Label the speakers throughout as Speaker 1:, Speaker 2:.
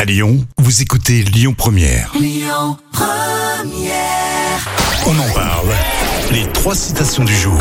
Speaker 1: À Lyon, vous écoutez Lyon Première. On en parle. Les trois citations du jour.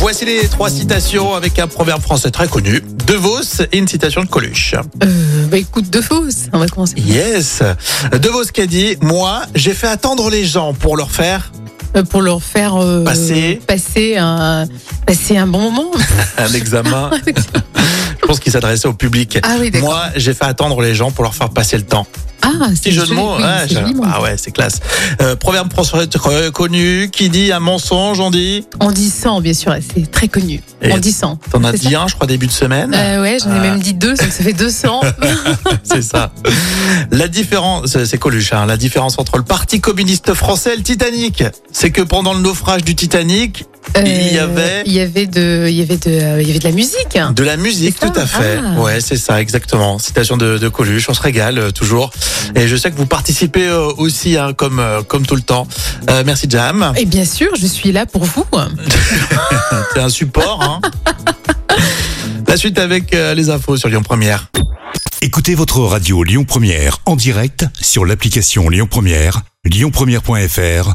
Speaker 2: Voici les trois citations avec un proverbe français très connu. De Vos et une citation de Coluche.
Speaker 3: Euh, bah écoute, de fausses. On va commencer.
Speaker 2: Yes. De Vos qui a dit Moi, j'ai fait attendre les gens pour leur faire
Speaker 3: Euh, pour leur faire euh,
Speaker 2: Passer.
Speaker 3: passer un, passer un bon moment.
Speaker 2: un examen. Je pense qu'il s'adressait au public.
Speaker 3: Ah oui, d'accord.
Speaker 2: Moi, j'ai fait attendre les gens pour leur faire passer le temps.
Speaker 3: Ah, c'est
Speaker 2: Petit jeu de
Speaker 3: joli,
Speaker 2: mots.
Speaker 3: oui,
Speaker 2: ouais,
Speaker 3: c'est
Speaker 2: j'ai-
Speaker 3: joli, moi.
Speaker 2: ah ouais, c'est classe. Euh, proverbe français très connu qui dit un mensonge, on dit.
Speaker 3: On dit 100, bien sûr, c'est très connu.
Speaker 2: Et
Speaker 3: on dit 100.
Speaker 2: T'en as
Speaker 3: c'est
Speaker 2: dit un, je crois, début de semaine.
Speaker 3: Euh, ouais, j'en ai
Speaker 2: Ah.
Speaker 3: même dit deux, donc ça fait 200.
Speaker 2: C'est ça. La différence, c'est- c'est Coluche, hein, la différence entre le Parti communiste français et le Titanic, c'est que pendant le naufrage du Titanic, Il y avait-
Speaker 3: Il y avait de, il y avait de, euh, il y avait de la musique.
Speaker 2: de la musique,
Speaker 3: C'est ça,
Speaker 2: tout à fait.
Speaker 3: ah.
Speaker 2: Ouais, c'est ça, exactement. Citation de, de Coluche, on se régale euh, toujours. Et je sais que vous participez euh, aussi, hein, comme, euh, comme tout le temps. Euh, merci Jam,
Speaker 3: Et bien sûr, je suis là pour vous.
Speaker 2: c'est un support. hein. La suite avec euh, les infos sur Lyon Première.
Speaker 1: Écoutez votre radio Lyon Première en direct sur l'application Lyon Première, lyonpremière.fr